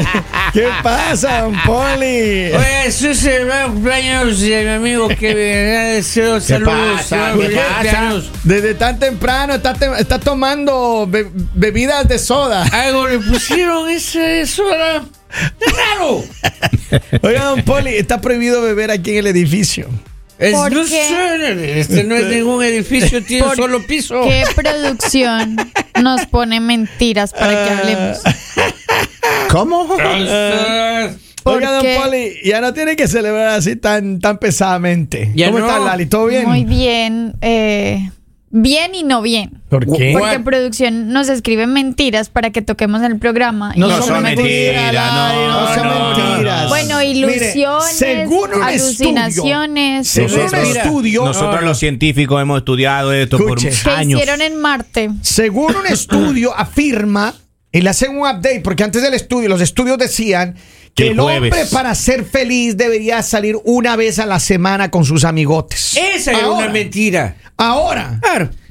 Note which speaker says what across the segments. Speaker 1: Este
Speaker 2: ¿Qué pasa, don Poli?
Speaker 1: Oye, eso es el nuevo cumpleaños de mi amigo que me deseo
Speaker 3: ¿Qué
Speaker 1: saludos.
Speaker 3: pasa?
Speaker 1: saludos,
Speaker 3: ¿Qué pasa?
Speaker 1: cumpleaños.
Speaker 2: Desde tan temprano está, te- está tomando be- bebidas de soda.
Speaker 1: Algo le pusieron ese eso era raro.
Speaker 2: Oiga, don Poli, está prohibido beber aquí en el edificio.
Speaker 1: Es,
Speaker 4: ¿Por
Speaker 1: no
Speaker 4: qué?
Speaker 1: sé, este no es ningún edificio, tiene un solo piso.
Speaker 2: Oh.
Speaker 4: ¿Qué producción nos pone mentiras para que hablemos?
Speaker 2: Ah,
Speaker 3: ¿Cómo?
Speaker 1: Entonces,
Speaker 4: ¿Por
Speaker 2: Oiga, don
Speaker 4: qué?
Speaker 2: Poli, ya no tiene que celebrar así tan, tan pesadamente.
Speaker 1: Ya
Speaker 2: ¿Cómo
Speaker 1: no.
Speaker 2: está Lali? ¿Todo bien?
Speaker 4: Muy bien. eh, bien y no bien.
Speaker 2: ¿Por qué?
Speaker 1: What?
Speaker 4: Porque producción nos escribe mentiras para que toquemos el programa.
Speaker 2: No,
Speaker 4: Y-
Speaker 3: son
Speaker 2: son mentiras,
Speaker 3: mentiras,
Speaker 2: Lali, no,
Speaker 3: no,
Speaker 2: son
Speaker 3: no,
Speaker 2: mentiras.
Speaker 3: no.
Speaker 4: Bueno, ilusiones,
Speaker 2: Mire, según un
Speaker 4: alucinaciones.
Speaker 2: estudio- según un
Speaker 3: Nosotros-
Speaker 2: estudio,
Speaker 3: Nosotros los científicos hemos estudiado esto
Speaker 2: Escuche.
Speaker 3: por
Speaker 4: que
Speaker 3: años.
Speaker 4: hicieron en Marte.
Speaker 2: Según un estudio afirma, y le hacen un update, porque antes del estudio, los estudios decían que
Speaker 3: El
Speaker 2: el, hombre
Speaker 3: jueves.
Speaker 2: para ser feliz debería salir una vez a la semana con sus amigotes.
Speaker 1: Esa es
Speaker 2: Ahora,
Speaker 1: una mentira.
Speaker 3: Ah,
Speaker 2: Ahora,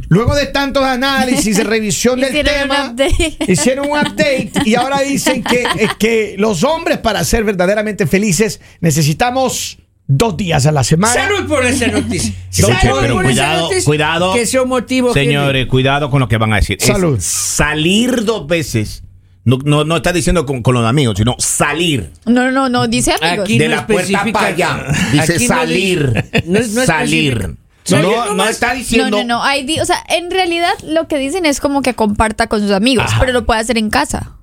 Speaker 2: luego de tantos análisis y revisión del
Speaker 4: Hicieron un
Speaker 2: tema,
Speaker 4: update.
Speaker 2: hicieron un update y ahora dicen que, eh, que los hombres para ser verdaderamente felices necesitamos dos días a la semana.
Speaker 1: Salud por esa noticia.
Speaker 3: Sí,
Speaker 1: Salud
Speaker 3: pero
Speaker 1: por esa
Speaker 3: cuidado,
Speaker 1: noticia.
Speaker 3: cuidado.
Speaker 1: Que son motivos. que-
Speaker 3: Señores, cuidado con lo que van a decir. Es
Speaker 2: Salud.
Speaker 3: salir dos veces. No, no, no está diciendo con, con los amigos, sino salir.
Speaker 4: No, no, no, no, dice amigos.
Speaker 1: Aquí
Speaker 3: de
Speaker 1: no
Speaker 3: la puerta
Speaker 1: especifica-
Speaker 3: para allá. Dice
Speaker 1: Aquí no
Speaker 3: salir.
Speaker 1: dice- no es- no es
Speaker 3: salir.
Speaker 1: específico.
Speaker 3: No,
Speaker 1: Salir
Speaker 3: no
Speaker 1: nomás.
Speaker 3: está
Speaker 4: No,
Speaker 3: diciendo.
Speaker 4: no, no. ahí di- o sea, en realidad lo que dicen es como que comparta con sus amigos,
Speaker 3: Ajá.
Speaker 4: pero lo puede hacer en casa.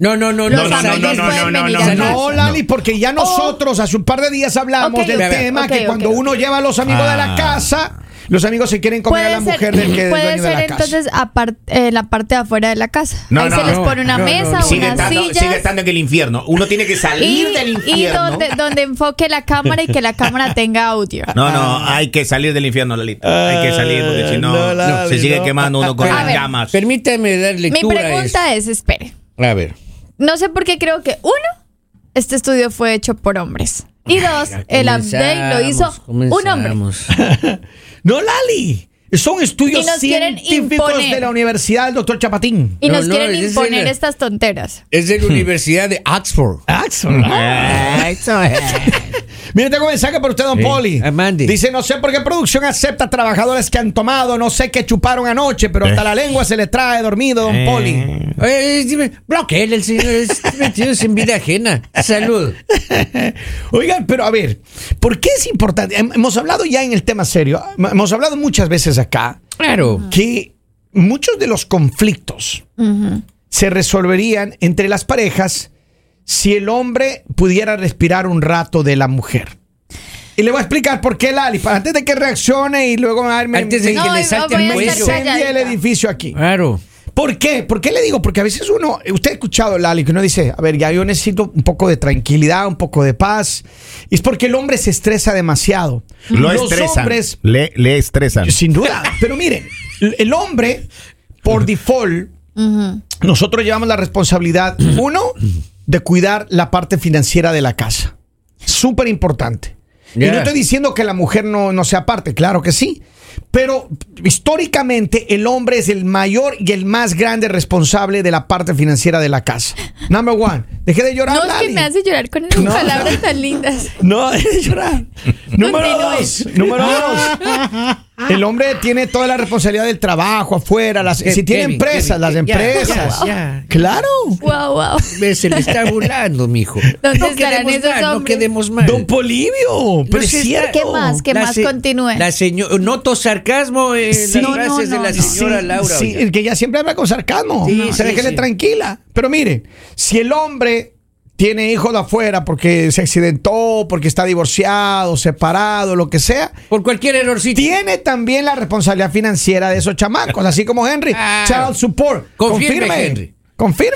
Speaker 1: No, no, no,
Speaker 4: Los
Speaker 1: no, no,
Speaker 4: amigos
Speaker 1: no, no,
Speaker 4: pueden
Speaker 3: no,
Speaker 4: venir
Speaker 3: no,
Speaker 4: a
Speaker 3: no.
Speaker 2: No,
Speaker 4: casa.
Speaker 2: Lali, porque ya nosotros hace un par de días hablamos
Speaker 4: Oh. Ok,
Speaker 2: del
Speaker 4: ok,
Speaker 2: tema
Speaker 4: ok,
Speaker 2: que
Speaker 4: ok,
Speaker 2: cuando
Speaker 4: ok.
Speaker 2: uno lleva a los amigos de la
Speaker 3: Ah.
Speaker 2: casa, los amigos se quieren comer a la mujer del que es
Speaker 4: puede
Speaker 2: dueño de
Speaker 4: ser
Speaker 2: la casa.
Speaker 4: entonces apart- eh, la parte de afuera de la casa.
Speaker 3: No,
Speaker 4: Ahí
Speaker 3: no,
Speaker 4: se les
Speaker 3: no,
Speaker 4: pone una
Speaker 1: no, no,
Speaker 4: mesa,
Speaker 1: no.
Speaker 3: Sigue
Speaker 4: unas
Speaker 3: estando,
Speaker 4: sillas.
Speaker 3: sigue estando en el infierno. Uno tiene que salir del
Speaker 4: y
Speaker 3: infierno.
Speaker 4: donde, donde enfoque la cámara y que la cámara tenga audio.
Speaker 3: No, no, hay que salir del infierno, Lalita. hay que salir porque si no,
Speaker 2: no, Lali,
Speaker 3: se sigue
Speaker 2: no.
Speaker 3: quemando uno con
Speaker 1: A
Speaker 3: las
Speaker 4: ver,
Speaker 3: llamas.
Speaker 1: Permítame dar
Speaker 4: Mi
Speaker 1: lectura. a esto.
Speaker 4: pregunta es, espere,
Speaker 1: A ver.
Speaker 4: no sé por qué creo que uno, este estudio fue hecho por hombres. Y dos, el update lo hizo un hombre.
Speaker 2: No, Lali, son estudios
Speaker 4: Y nos quieren
Speaker 2: científicos
Speaker 4: imponer.
Speaker 2: de la Universidad del doctor Chapatín.
Speaker 4: Y
Speaker 1: No,
Speaker 4: nos
Speaker 1: no,
Speaker 4: quieren
Speaker 1: es
Speaker 4: imponer
Speaker 1: el-
Speaker 4: estas tonteras.
Speaker 1: Es de la Universidad de Oxford.
Speaker 2: Axel.
Speaker 1: Eh.
Speaker 3: Ah, Eso es.
Speaker 2: Mire, tengo un mensaje para usted, don Poli.
Speaker 1: Ah, mande.
Speaker 2: Dice, no sé por qué producción acepta trabajadores que han tomado, no sé qué chuparon anoche, pero hasta
Speaker 3: Eh.
Speaker 2: la lengua se le trae dormido, don
Speaker 3: Eh.
Speaker 2: Poli.
Speaker 1: Oye, dime, bloqueale el señor, es metido en vida ajena. Salud.
Speaker 2: Oigan, pero a ver, ¿por qué es importante? Hem- Hemos hablado ya en el tema serio, hem- hemos hablado muchas veces acá
Speaker 1: Claro.
Speaker 2: que muchos de los conflictos se resolverían entre las parejas si el hombre pudiera respirar un rato de la mujer. Y le voy a explicar por qué, Lali, para antes de que reaccione y luego me, me-
Speaker 1: Antes de
Speaker 2: me-
Speaker 4: No,
Speaker 1: que
Speaker 4: voy
Speaker 1: le
Speaker 4: a
Speaker 1: salte
Speaker 4: estar
Speaker 1: el
Speaker 2: me
Speaker 1: cuello.
Speaker 4: callada.
Speaker 2: incendie el edificio aquí.
Speaker 3: ¿Eh?
Speaker 1: Claro.
Speaker 2: ¿Por qué? ¿Por qué le digo? Porque a veces uno, usted ha escuchado, Lali, que uno dice, a ver, ya yo necesito un poco de tranquilidad, un poco de paz. Y es porque el hombre se estresa demasiado.
Speaker 3: Lo
Speaker 2: Los
Speaker 3: estresan.
Speaker 2: hombres,
Speaker 3: le, le estresan.
Speaker 2: sin duda. Pero miren, el hombre, por default, nosotros llevamos la responsabilidad, uno, de cuidar la parte financiera de la casa. Súper importante. Y
Speaker 1: Yeah.
Speaker 2: no estoy diciendo que la mujer no, no sea parte, claro que sí. Pero históricamente el hombre es el mayor y el más grande responsable de la parte financiera de la casa. Number one. Deje de llorar.
Speaker 4: No, es que
Speaker 2: Lali.
Speaker 4: me hace llorar con esas
Speaker 2: No.
Speaker 4: palabras tan lindas.
Speaker 2: No, deje de llorar. Número
Speaker 4: Continúe.
Speaker 2: dos. Número dos. El hombre tiene toda la responsabilidad del trabajo afuera. Las,
Speaker 1: Ke-
Speaker 2: si tiene
Speaker 1: Kevin,
Speaker 2: empresas,
Speaker 1: Kevin,
Speaker 2: las
Speaker 1: ya,
Speaker 2: empresas.
Speaker 1: ya, ya.
Speaker 2: Claro.
Speaker 4: Wow, wow.
Speaker 1: Ve, Se le está burlando, mijo.
Speaker 4: ¿Dónde
Speaker 1: no
Speaker 4: estarán
Speaker 1: quedemos
Speaker 4: esos
Speaker 1: mal, no
Speaker 4: hombres?
Speaker 1: quedemos mal.
Speaker 2: Don Polivio. Pero es
Speaker 1: se está-
Speaker 2: cierto.
Speaker 4: ¿Qué más? ¿Qué
Speaker 1: La
Speaker 4: más?
Speaker 1: se-
Speaker 4: Continúe.
Speaker 1: La señora, noto sarcasmo en
Speaker 2: Sí.
Speaker 1: las
Speaker 2: No, no,
Speaker 1: frases
Speaker 4: no,
Speaker 1: de la
Speaker 4: no.
Speaker 1: señora
Speaker 2: Sí,
Speaker 1: Laura.
Speaker 2: sí,
Speaker 1: oiga.
Speaker 2: el que ya siempre habla con sarcasmo.
Speaker 1: Sí,
Speaker 2: O sea,
Speaker 1: sí,
Speaker 2: déjele
Speaker 1: sí.
Speaker 2: tranquila. Pero miren, si el hombre tiene hijos de afuera porque se accidentó, porque está divorciado, separado, lo que sea,
Speaker 1: Por cualquier errorcito.
Speaker 2: tiene también la responsabilidad financiera de esos chamacos, así como Henry.
Speaker 1: Claro.
Speaker 2: Child support.
Speaker 1: Confirme, Henry.
Speaker 2: Confirme.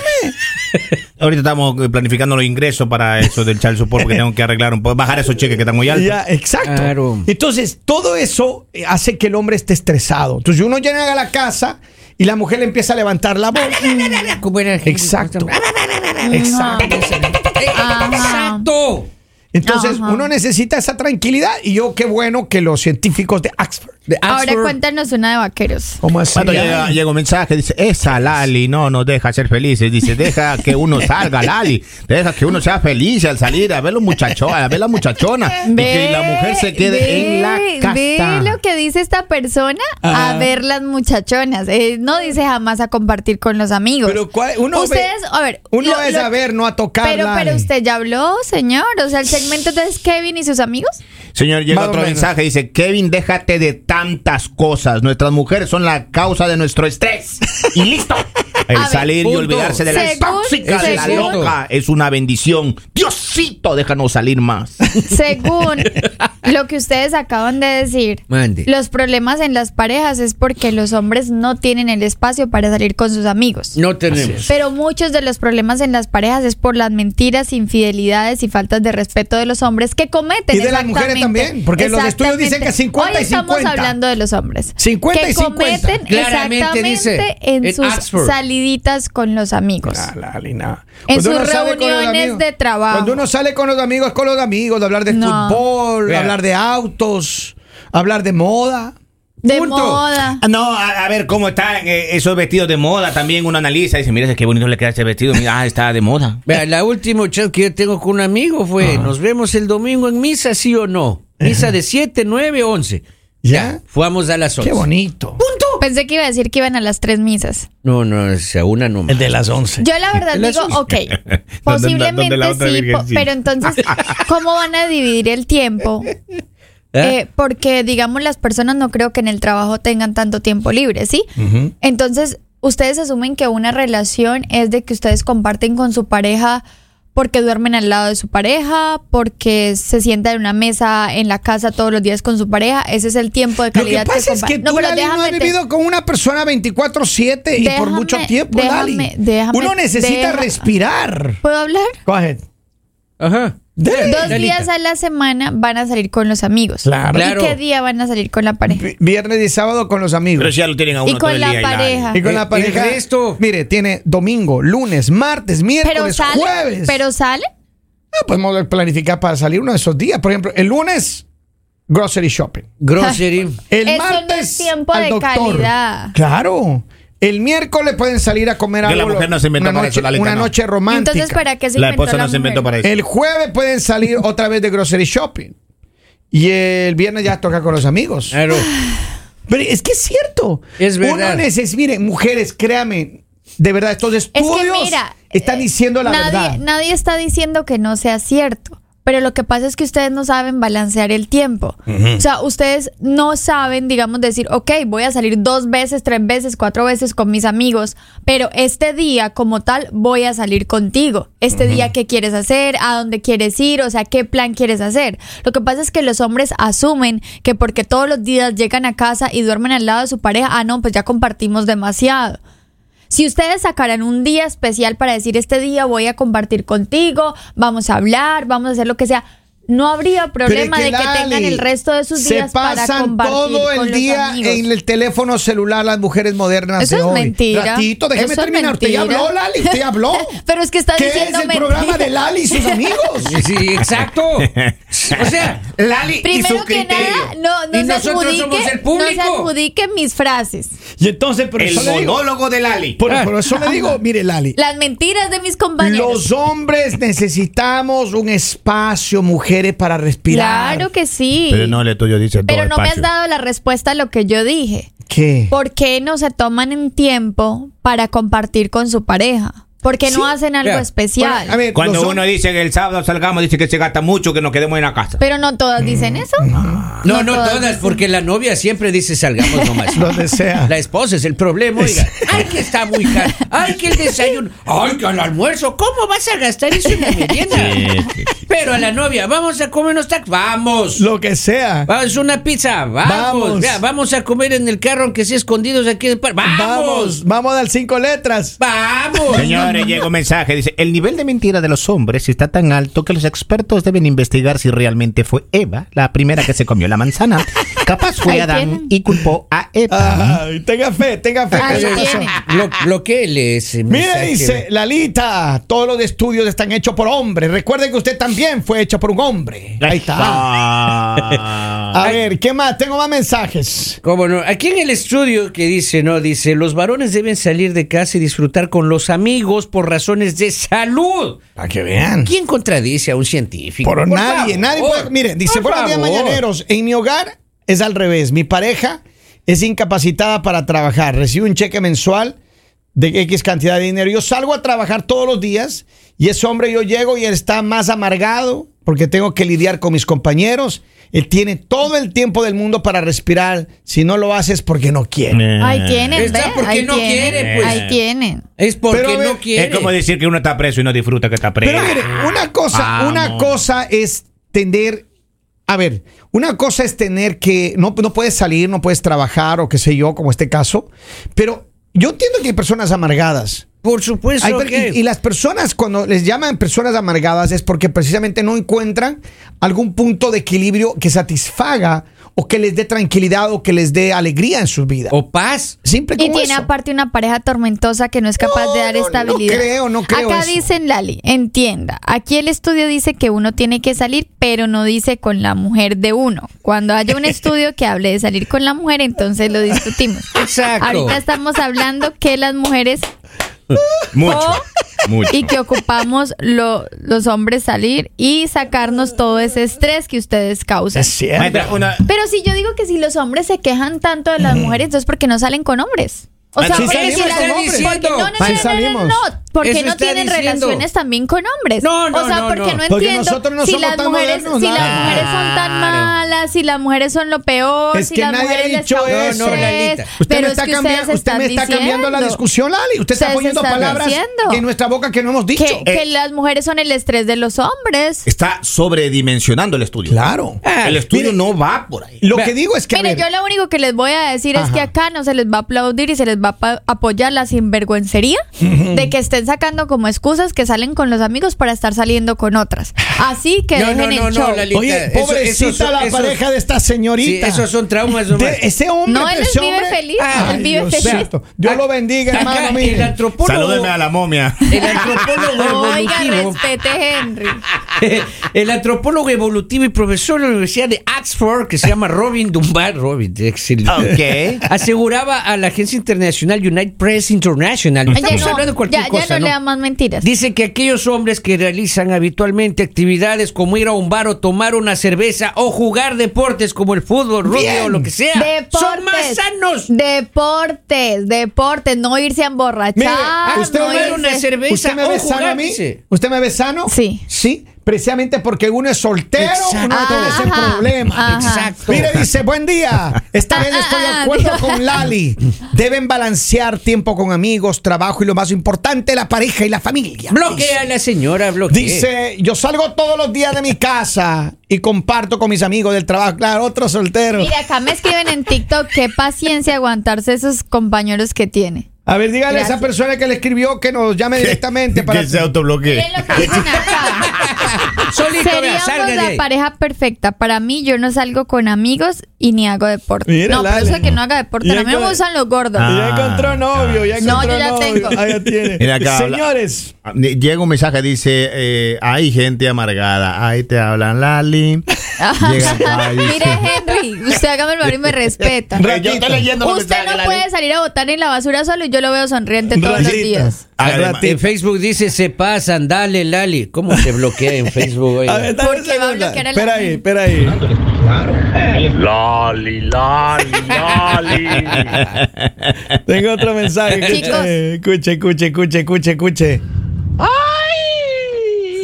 Speaker 3: Ahorita estamos eh, planificando los ingresos para eso del Charles Support porque tengo que arreglar un poco, bajar esos cheques que están muy altos.
Speaker 2: Ya, exacto.
Speaker 1: Claro.
Speaker 2: Entonces, todo eso eh, hace que el hombre esté estresado. Entonces, uno llega a la casa y la mujer le empieza a levantar la voz.
Speaker 1: Como era-
Speaker 2: Exacto.
Speaker 1: Ah,
Speaker 2: Exacto.
Speaker 4: Ajá.
Speaker 1: Exacto.
Speaker 2: Entonces,
Speaker 4: Ajá.
Speaker 2: uno necesita esa tranquilidad y yo qué bueno que los científicos de Oxford
Speaker 1: The App
Speaker 4: Ahora
Speaker 1: Store-
Speaker 4: cuéntanos una de vaqueros.
Speaker 2: ¿Cómo así?
Speaker 3: Cuando llega, llega un mensaje, dice, esa Lali no nos deja ser felices. Dice, deja que uno salga, Lali. Deja que uno sea feliz al salir a ver los muchachos, a ver la muchachona. y que la mujer se quede
Speaker 4: ve-
Speaker 3: en la casa.
Speaker 4: Ve lo que dice esta persona a ver las muchachonas. Eh, no dice jamás a compartir con los amigos.
Speaker 2: Pero cuál- uno ve-
Speaker 4: Ustedes, a ver.
Speaker 2: Uno
Speaker 4: lo-
Speaker 2: es
Speaker 4: lo-
Speaker 2: a ver, no a tocar.
Speaker 4: Pero,
Speaker 2: Lali.
Speaker 4: pero usted ya habló, señor. O sea, el segmento entonces Kevin y sus amigos.
Speaker 3: Señor, llega
Speaker 2: Más o
Speaker 3: otro
Speaker 2: menos.
Speaker 3: mensaje, dice, Kevin, déjate de tantas cosas. Nuestras mujeres son la causa de nuestro estrés. Y listo. El
Speaker 4: A ver.
Speaker 3: salir y
Speaker 1: Punto.
Speaker 3: olvidarse de la
Speaker 4: Según-
Speaker 3: tóxica, de la
Speaker 1: según-
Speaker 3: loca, es una bendición. Diosito, déjanos salir más.
Speaker 4: Según lo que ustedes acaban de decir,
Speaker 1: Mande.
Speaker 4: los problemas en las parejas es porque los hombres no tienen el espacio para salir con sus amigos.
Speaker 1: No tenemos.
Speaker 4: Pero muchos de los problemas en las parejas es por las mentiras, infidelidades y faltas de respeto de los hombres que cometen.
Speaker 2: Y de las mujeres
Speaker 4: exactamente.
Speaker 2: también, porque los estudios dicen que
Speaker 4: Exactamente.
Speaker 2: 50 y
Speaker 4: Hoy estamos
Speaker 2: 50.
Speaker 4: hablando de los hombres.
Speaker 2: 50 y
Speaker 4: que
Speaker 2: 50.
Speaker 4: cometen
Speaker 1: Claramente
Speaker 4: exactamente
Speaker 1: dice,
Speaker 4: en
Speaker 1: en
Speaker 4: sus
Speaker 1: Oxford.
Speaker 4: saliditas con los amigos.
Speaker 2: Ah, Lali, no.
Speaker 4: En
Speaker 2: Cuando
Speaker 4: sus
Speaker 2: uno sale con los
Speaker 4: reuniones
Speaker 2: amigos-
Speaker 4: de trabajo.
Speaker 2: Cuando uno sale con los amigos, con los amigos, de hablar de
Speaker 4: No.
Speaker 2: fútbol,
Speaker 3: Vea.
Speaker 2: hablar de autos, hablar de moda.
Speaker 4: De
Speaker 2: Punto.
Speaker 4: moda.
Speaker 3: Ah, No, a, a ver cómo están eh, esos vestidos de moda. También uno analiza y dice, mira, qué bonito le queda ese vestido. Mira, ah, está de moda.
Speaker 1: Vea, la última chat que yo tengo con un amigo fue, nos vemos el domingo en misa, sí o no. Misa de 7, 9, 11.
Speaker 2: ¿Ya?
Speaker 1: Fuimos a las 11.
Speaker 2: Qué bonito.
Speaker 4: Pensé que iba a decir que iban a las tres misas.
Speaker 1: No, no, es a una nomás.
Speaker 2: de las 11.
Speaker 4: Yo la verdad
Speaker 1: El
Speaker 4: digo,
Speaker 1: asunto-
Speaker 4: ok,
Speaker 3: Donde- donde-
Speaker 4: posiblemente
Speaker 3: donde la otra
Speaker 4: sí, po-
Speaker 3: virgencita.
Speaker 4: pero entonces, ¿cómo van a dividir el tiempo?
Speaker 1: ¿Ah?
Speaker 4: Eh, porque, digamos, las personas no creo que en el trabajo tengan tanto tiempo libre, ¿sí? Entonces, ustedes asumen que una relación es de que ustedes comparten con su pareja porque duermen al lado de su pareja, porque se sientan en una mesa en la casa todos los días con su pareja. Ese es el tiempo de
Speaker 2: Lo que
Speaker 4: calidad
Speaker 2: pasa es
Speaker 4: compa-
Speaker 2: que tú,
Speaker 4: pero
Speaker 2: Lali, no
Speaker 4: déjame
Speaker 2: has
Speaker 4: te-
Speaker 2: vivido con una persona 24-7 y por
Speaker 4: Déjame,
Speaker 2: mucho tiempo, Lali.
Speaker 4: déjame, déjame,
Speaker 2: Uno necesita
Speaker 4: deja-
Speaker 2: respirar.
Speaker 4: ¿Puedo hablar?
Speaker 2: Go ahead.
Speaker 1: Ajá.
Speaker 2: Dele.
Speaker 4: Dos
Speaker 1: Lalita.
Speaker 4: días a la semana van a salir con los amigos.
Speaker 2: Claro.
Speaker 1: Claro.
Speaker 4: ¿Y qué día van a salir con la pareja?
Speaker 2: Vi- Viernes y sábado con los amigos.
Speaker 3: Pero si ya lo tienen a uno
Speaker 4: Y
Speaker 3: todo
Speaker 4: con
Speaker 3: el
Speaker 4: la
Speaker 3: día, Lali.
Speaker 4: pareja.
Speaker 2: Y con la
Speaker 1: El-
Speaker 2: pareja.
Speaker 1: el resto.
Speaker 2: Mire, tiene domingo, lunes, martes,
Speaker 4: Pero
Speaker 2: miércoles,
Speaker 4: sale,
Speaker 2: jueves.
Speaker 4: pero sale.
Speaker 2: Ah, podemos planificar para salir uno de esos días. Por ejemplo, el lunes, grocery shopping.
Speaker 1: Grocery.
Speaker 2: El
Speaker 4: Eso no es
Speaker 2: martes,
Speaker 4: tiempo
Speaker 2: al
Speaker 4: de
Speaker 2: doctor.
Speaker 4: calidad.
Speaker 2: Claro. El miércoles pueden salir a comer
Speaker 3: Que
Speaker 2: algo.
Speaker 3: la mujer no se inventó
Speaker 2: una
Speaker 3: para
Speaker 2: noche,
Speaker 3: eso, Lalita,
Speaker 2: una
Speaker 3: no.
Speaker 2: noche romántica.
Speaker 4: Entonces, pues, ¿para qué se
Speaker 3: La
Speaker 4: inventó
Speaker 3: esposa no se
Speaker 4: mujer?
Speaker 3: inventó para eso.
Speaker 2: El jueves pueden salir otra vez de grocery shopping. Y el viernes ya toca con los amigos.
Speaker 3: Eh.
Speaker 1: Claro.
Speaker 2: Pero es que es cierto.
Speaker 1: Es verdad.
Speaker 2: Uno necesita, miren, mujeres, créame, de verdad, estos
Speaker 4: Es
Speaker 2: estudios
Speaker 4: que mira,
Speaker 2: están
Speaker 4: eh,
Speaker 2: diciendo la
Speaker 4: nadie,
Speaker 2: verdad.
Speaker 4: Nadie está diciendo que no sea cierto. Pero lo que pasa es que ustedes no saben balancear el tiempo. O sea, ustedes no saben, digamos, decir, ok, voy a salir dos veces, tres veces, cuatro veces con mis amigos, pero este día como tal voy a salir contigo. Este día, ¿qué quieres hacer? ¿A dónde quieres ir? O sea, ¿qué plan quieres hacer? Lo que pasa es que los hombres asumen que porque todos los días llegan a casa y duermen al lado de su pareja, ah, no, pues ya compartimos demasiado. Si ustedes sacaran un día especial para decir este día voy a compartir contigo, vamos a hablar, vamos a hacer lo que sea, no habría
Speaker 2: Pero es
Speaker 4: problema de que
Speaker 2: Lali,
Speaker 4: tengan el resto de sus días
Speaker 2: Se
Speaker 4: para
Speaker 2: pasan
Speaker 4: compartir
Speaker 2: todo
Speaker 4: con
Speaker 2: el
Speaker 4: los
Speaker 2: día
Speaker 4: amigos.
Speaker 2: en el teléfono celular las mujeres modernas
Speaker 4: Eso
Speaker 2: de
Speaker 4: es
Speaker 2: hoy.
Speaker 4: mentira.
Speaker 2: Ratito, déjeme
Speaker 4: Eso es
Speaker 2: terminar. Usted ya
Speaker 4: mentira.
Speaker 2: habló, Lali, usted ya habló.
Speaker 4: Pero es que está
Speaker 2: ¿Qué es el
Speaker 4: diciendo mentira.
Speaker 2: programa de Lali y sus amigos?
Speaker 1: Sí, exacto. O sea, Lali y
Speaker 4: Primero
Speaker 1: su
Speaker 4: que
Speaker 1: criterio.
Speaker 4: nada, no, no
Speaker 1: y
Speaker 4: se
Speaker 1: nosotros
Speaker 4: adjudique,
Speaker 1: somos el
Speaker 4: no se
Speaker 1: público.
Speaker 4: adjudiquen mis frases.
Speaker 2: y entonces, por
Speaker 3: El
Speaker 2: eso, le digo,
Speaker 3: monólogo de Lali.
Speaker 4: Ah.
Speaker 2: por, por eso le digo, mire, Lali,
Speaker 4: Las mentiras de mis compañeros.
Speaker 2: los hombres necesitamos un espacio, mujeres, para respirar.
Speaker 4: Claro que sí.
Speaker 3: Pero no, le tuyo dice
Speaker 4: Pero
Speaker 3: todo
Speaker 4: no me has
Speaker 3: espacio.
Speaker 4: dado la respuesta a lo que yo dije.
Speaker 2: ¿Qué?
Speaker 4: ¿Por qué no se toman en tiempo para compartir con su pareja? ¿Por qué no hacen algo
Speaker 1: Vea,
Speaker 4: especial?
Speaker 2: A ver,
Speaker 3: Cuando
Speaker 2: los hom-
Speaker 3: uno dice que el sábado salgamos, dice que se gasta mucho, que nos quedemos en la casa.
Speaker 4: Pero no todas dicen eso.
Speaker 1: Mm. No, no
Speaker 4: todas
Speaker 1: todas,
Speaker 4: dicen.
Speaker 1: porque la novia siempre dice salgamos nomás.
Speaker 2: Donde sea.
Speaker 1: La esposa es el problema, oiga. Ay, que está muy caro. Ay, que el desayuno. Ay, que el almuerzo. ¿Cómo vas a gastar eso en la merienda?
Speaker 3: Sí, sí,
Speaker 1: Pero a la novia, vamos a comer unos tacos. Vamos.
Speaker 2: Lo que sea.
Speaker 1: Vamos una pizza. Vamos.
Speaker 2: Vamos.
Speaker 1: Vea, Vamos. a comer en el carro, aunque sea escondidos aquí. en el par-
Speaker 2: Vamos,
Speaker 1: Vamos.
Speaker 2: vamos a dar cinco letras. Pues
Speaker 1: Vamos.
Speaker 3: Señores, llega un mensaje, dice, el nivel de mentira de los hombres está tan alto que los expertos deben investigar si realmente fue Eva la primera que se comió la manzana Capaz fue
Speaker 4: Ahí
Speaker 3: Adán
Speaker 4: tienen.
Speaker 3: y culpó a Eva.
Speaker 2: Ay, tenga fe, tenga fe.
Speaker 4: Ahí
Speaker 2: que tiene
Speaker 4: tiene.
Speaker 2: razón.
Speaker 1: Lo, lo que él es.
Speaker 2: Mira, dice Lalita, todos los estudios están hechos por hombres. Recuerden que usted también fue hecho por un hombre. Ahí está.
Speaker 3: Ah.
Speaker 2: A ver, ¿qué más? Tengo más mensajes.
Speaker 1: ¿Cómo no? Aquí en el estudio que dice, ¿no? Dice, los varones deben salir de casa y disfrutar con los amigos por razones de salud.
Speaker 2: Para que vean.
Speaker 1: ¿Quién contradice a un científico?
Speaker 2: Por, nadie,
Speaker 1: favor.
Speaker 2: nadie puede. Mire, dice,
Speaker 1: Por
Speaker 2: buenos días,
Speaker 1: favor".
Speaker 2: mañaneros. En mi hogar es al revés. Mi pareja es incapacitada para trabajar. Recibe un cheque mensual de X cantidad de dinero. Yo salgo a trabajar todos los días y ese hombre yo llego y él está más amargado porque tengo que lidiar con mis compañeros. Él tiene todo el tiempo del mundo para respirar. Si no lo haces, porque no quiere.
Speaker 3: Eh.
Speaker 4: Ahí tienen,
Speaker 1: Está
Speaker 4: ve,
Speaker 1: porque
Speaker 4: ahí
Speaker 1: no
Speaker 4: tienen,
Speaker 1: quiere, pues.
Speaker 4: Ahí tienen.
Speaker 1: Es porque
Speaker 2: Pero, a ver,
Speaker 1: no
Speaker 2: es
Speaker 1: quiere.
Speaker 3: decir que uno está preso y no disfruta que está
Speaker 2: Pero mire, una cosa,
Speaker 3: vamos.
Speaker 2: una cosa es tener, a ver, una cosa es tener que no, no puedes salir, no puedes trabajar o qué sé yo, como este caso, pero yo entiendo que hay personas amargadas.
Speaker 1: Por supuesto
Speaker 2: Hay per-
Speaker 1: que...
Speaker 2: y, y las personas cuando les llaman personas amargadas es porque precisamente no encuentran algún punto de equilibrio que satisfaga o que les dé tranquilidad o que les dé alegría en su vida.
Speaker 1: O paz.
Speaker 2: Simple
Speaker 4: Y
Speaker 2: como
Speaker 4: tiene
Speaker 2: eso.
Speaker 4: aparte una pareja tormentosa que no es capaz
Speaker 2: No,
Speaker 4: de dar
Speaker 2: no, no
Speaker 4: estabilidad.
Speaker 2: creo, no creo
Speaker 4: Acá
Speaker 2: eso.
Speaker 4: dicen, Lali, entienda, aquí el estudio dice que uno tiene que salir, pero no dice con la mujer de uno. Cuando haya un estudio que hable de salir con la mujer, entonces lo discutimos.
Speaker 1: Exacto.
Speaker 4: Ahorita estamos hablando que las mujeres
Speaker 3: Mucho.
Speaker 2: Oh.
Speaker 4: o-
Speaker 3: Mucho.
Speaker 4: y que ocupamos lo- los hombres salir y sacarnos todo ese estrés que ustedes causan.
Speaker 2: Es cierto.
Speaker 3: Maestra, una-
Speaker 4: Pero si yo digo que si los hombres se quejan tanto de las mujeres, entonces ¿por qué no salen con hombres? O
Speaker 3: Ah,
Speaker 4: sea,
Speaker 3: sí
Speaker 4: ¿por qué
Speaker 2: Mm. salimos
Speaker 4: si las-
Speaker 2: con
Speaker 4: porque-
Speaker 2: hombres.
Speaker 4: no, no, no,
Speaker 2: Sí
Speaker 4: no, no,
Speaker 2: salimos.
Speaker 4: no, porque
Speaker 1: Eso
Speaker 4: no
Speaker 1: está
Speaker 4: tienen
Speaker 1: diciendo.
Speaker 4: relaciones también con hombres.
Speaker 1: No, no,
Speaker 4: o sea,
Speaker 1: no,
Speaker 4: porque
Speaker 1: no.
Speaker 4: no,
Speaker 2: Porque
Speaker 4: entiendo
Speaker 2: nosotros no
Speaker 4: si
Speaker 2: somos
Speaker 4: las
Speaker 2: tan
Speaker 4: mujeres,
Speaker 2: modernos,
Speaker 4: si
Speaker 2: nada.
Speaker 4: las mujeres son tan malas, si las mujeres son lo peor,
Speaker 2: Es
Speaker 4: si
Speaker 2: que
Speaker 4: las
Speaker 2: nadie ha
Speaker 4: mujeres les
Speaker 2: dicho
Speaker 4: causan
Speaker 2: eso.
Speaker 4: estrés.
Speaker 1: Lalita.
Speaker 2: Usted
Speaker 4: Pero
Speaker 2: me
Speaker 4: es
Speaker 2: está,
Speaker 4: que ustedes
Speaker 2: cambiando, usted me está
Speaker 4: están
Speaker 2: cambiando la
Speaker 4: diciendo
Speaker 2: discusión, Lali. Usted está
Speaker 4: Ustedes
Speaker 2: poniendo
Speaker 4: están
Speaker 2: palabras
Speaker 4: diciendo.
Speaker 2: en nuestra boca que no hemos dicho.
Speaker 4: Que,
Speaker 3: Eh.
Speaker 4: que las mujeres son el estrés de los hombres.
Speaker 3: Está sobredimensionando el estudio. Eh,
Speaker 2: Claro.
Speaker 3: El estudio no va por ahí.
Speaker 2: Lo
Speaker 1: Vea,
Speaker 2: que digo es que. a
Speaker 4: Mire,
Speaker 2: ver,
Speaker 4: yo lo único que les voy a decir es que acá no se les va a aplaudir y se les va a pa- apoyar la sinvergüencería de que estén sacando como excusas que salen con los amigos para estar saliendo con otras. Así que
Speaker 1: No,
Speaker 4: dejen
Speaker 1: no, no,
Speaker 4: el
Speaker 1: no,
Speaker 4: show.
Speaker 1: Lali.
Speaker 2: Oye,
Speaker 1: Eso-
Speaker 2: pobrecita
Speaker 1: eso-
Speaker 2: la
Speaker 1: eso-
Speaker 2: pareja de esta
Speaker 1: Sí,
Speaker 2: señorita.
Speaker 1: esos son traumas nomás.
Speaker 2: De ese hombre.
Speaker 4: No, él
Speaker 2: ese
Speaker 4: vive
Speaker 2: hombre-
Speaker 4: feliz, él vive
Speaker 2: Dios
Speaker 4: feliz.
Speaker 2: santo. Dios lo bendiga,
Speaker 1: Acá
Speaker 2: hermano
Speaker 1: El
Speaker 2: mío.
Speaker 1: antropólogo,
Speaker 3: Salúdeme a la momia.
Speaker 1: el antropólogo
Speaker 4: Oiga,
Speaker 1: evolutivo,
Speaker 4: respete, Henry.
Speaker 1: el antropólogo evolutivo y profesor de la Universidad de Oxford, que se llama Robin Dunbar, Robin, excelente.
Speaker 3: Ok.
Speaker 1: aseguraba a la agencia internacional United Press International.
Speaker 4: Ya
Speaker 1: Estamos hablando de
Speaker 4: no,
Speaker 1: cualquier
Speaker 4: ya- ya
Speaker 1: cosa,
Speaker 4: no
Speaker 1: ¿no?
Speaker 4: le dan más mentiras.
Speaker 1: Dice que aquellos hombres que realizan habitualmente actividades como ir a un bar o tomar una cerveza o jugar deportes como el fútbol, rugby
Speaker 2: Bien.
Speaker 1: o lo que sea,
Speaker 4: Deportes.
Speaker 1: son más sanos.
Speaker 4: Deportes, deportes, no irse a emborrachar.
Speaker 2: Mire, usted
Speaker 4: no
Speaker 2: tomar
Speaker 1: tomar
Speaker 4: irse-
Speaker 1: una cerveza
Speaker 2: ¿Usted me
Speaker 1: o
Speaker 2: ve
Speaker 1: jugar,
Speaker 2: sano a mí?
Speaker 1: dice.
Speaker 2: ¿Usted me ve sano?
Speaker 4: Sí.
Speaker 2: Sí, precisamente porque uno es soltero, uno no tiene ese
Speaker 4: Ajá,
Speaker 2: problema.
Speaker 4: ajá. Ah,
Speaker 1: Exacto.
Speaker 2: Mire, dice, buen día. Esta vez estoy de acuerdo con Lali. Deben balancear tiempo con amigos, trabajo y lo más importante, la pareja y la familia.
Speaker 1: Bloquea a la señora, bloquea.
Speaker 2: Dice, yo salgo todos los días de mi casa y comparto con mis amigos del trabajo. Claro, otro soltero.
Speaker 4: Mira, acá me escriben en TikTok qué paciencia aguantarse esos compañeros que tiene.
Speaker 2: A ver, dígale a
Speaker 4: Gracias.
Speaker 2: esa persona que le escribió que nos llame directamente para...
Speaker 3: que se autobloquee.
Speaker 4: Miren lo que dicen acá.
Speaker 1: Solito, vea, salga
Speaker 4: Seríamos
Speaker 1: de
Speaker 4: la
Speaker 1: ahí.
Speaker 4: pareja perfecta. Para mí, yo no salgo con amigos y ni hago deporte.
Speaker 2: Mira,
Speaker 4: no, pero
Speaker 2: Lali.
Speaker 4: eso de que no haga deporte.
Speaker 2: Y
Speaker 4: A mí no
Speaker 2: algo-
Speaker 4: me gustan los gordos.
Speaker 3: Ah.
Speaker 2: Ya encontró novio, ya
Speaker 4: No,
Speaker 2: encontró
Speaker 4: yo ya
Speaker 2: novio.
Speaker 4: tengo.
Speaker 2: Ah, ya tiene.
Speaker 3: Mira acá, habla- Ah,
Speaker 2: Señores,
Speaker 3: Llega un mensaje, dice, eh, hay gente amargada. Ahí te hablan Lali. Llega acá, dice,
Speaker 4: Mire, Henry, usted hágame el favor y me respeta.
Speaker 3: Eh, yo estoy leyendo
Speaker 1: pues,
Speaker 3: los
Speaker 4: Usted
Speaker 3: mensajes,
Speaker 4: no
Speaker 3: Lali.
Speaker 4: puede salir a votar en la basura solo y yo lo veo sonriente todos los
Speaker 2: ratito,
Speaker 4: días.
Speaker 2: al
Speaker 3: Además,
Speaker 1: En
Speaker 2: ratito.
Speaker 1: Facebook dice, se pasan, dale, Lali. ¿Cómo se bloquea en Facebook? oiga?
Speaker 2: A ver, dame
Speaker 4: Porque
Speaker 2: un
Speaker 4: va a
Speaker 2: segundo.
Speaker 4: bloquear a la
Speaker 2: Espera ahí,
Speaker 4: gente.
Speaker 2: espera ahí.
Speaker 5: Lali, lali, lali.
Speaker 2: Tengo otro mensaje.
Speaker 4: Chicos.
Speaker 2: Escuche, escuche, escuche, escuche, escuche.
Speaker 5: ¡Ay!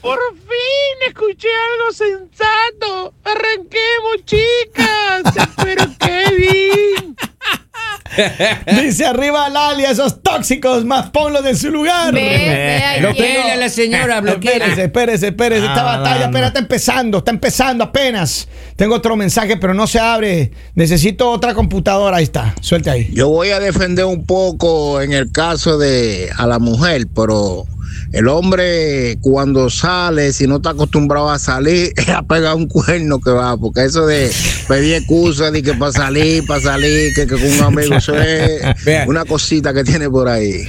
Speaker 5: Por fin escuché algo sensato. Arranquemos, chicas. Pero qué bien.
Speaker 2: Dice arriba Lali, esos tóxicos, más ponlos en su lugar.
Speaker 4: Ve, ve, ahí
Speaker 1: Bloquea
Speaker 4: tiene.
Speaker 1: a la señora,
Speaker 2: Espérese,
Speaker 1: bloquea.
Speaker 2: espérese, espérese. Esta
Speaker 3: Ah,
Speaker 2: batalla
Speaker 3: no.
Speaker 2: apenas está empezando, está empezando apenas. Tengo otro mensaje, pero no se abre. Necesito otra computadora. Ahí está, suelte ahí.
Speaker 6: Yo voy a defender un poco en el caso de a la mujer, pero El hombre cuando sale, si no está acostumbrado a salir, es a pegar un cuerno que va, porque eso de pedir excusas, de que para salir, para salir, que, que con un amigo, eso es
Speaker 1: Vean.
Speaker 6: una cosita que tiene por ahí.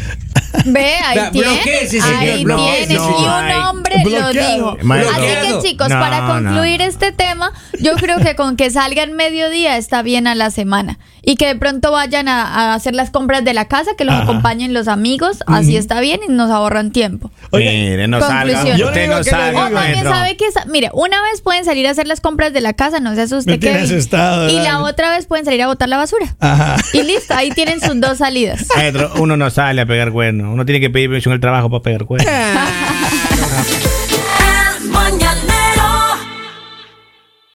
Speaker 4: Ve, ahí
Speaker 1: Vea,
Speaker 4: tiene.
Speaker 1: bloquee ese señor,
Speaker 4: ahí
Speaker 1: bloquee
Speaker 4: tiene.
Speaker 1: ese
Speaker 4: Y
Speaker 1: señor.
Speaker 4: un hombre
Speaker 2: Bloqueado,
Speaker 4: lo dijo.
Speaker 1: bloqueado.
Speaker 4: Así que, chicos,
Speaker 3: No,
Speaker 4: para
Speaker 3: no.
Speaker 4: concluir este tema, yo creo que con que salgan mediodía está bien a la semana. Y que de pronto vayan a, a hacer las compras de la casa, que los acompañen los amigos. Así está bien y nos ahorran tiempo.
Speaker 3: Mire, no salga.
Speaker 4: Conclusión.
Speaker 3: Usted
Speaker 2: Yo
Speaker 3: no
Speaker 2: le digo que le
Speaker 4: O
Speaker 3: salga,
Speaker 2: digo.
Speaker 4: también
Speaker 3: maestro.
Speaker 4: sabe que, sa- mire, una vez pueden salir a hacer las compras de la casa, no se
Speaker 2: Me
Speaker 4: asuste que.
Speaker 2: tiene asustado.
Speaker 4: Y la
Speaker 2: dale.
Speaker 4: otra vez pueden salir a botar la basura.
Speaker 2: Ajá.
Speaker 4: Y listo, ahí tienen sus dos salidas.
Speaker 3: Maestro, uno no sale a pegar cuernos. Uno tiene que pedir permiso en el trabajo para pegar cuernos.
Speaker 7: El mañanero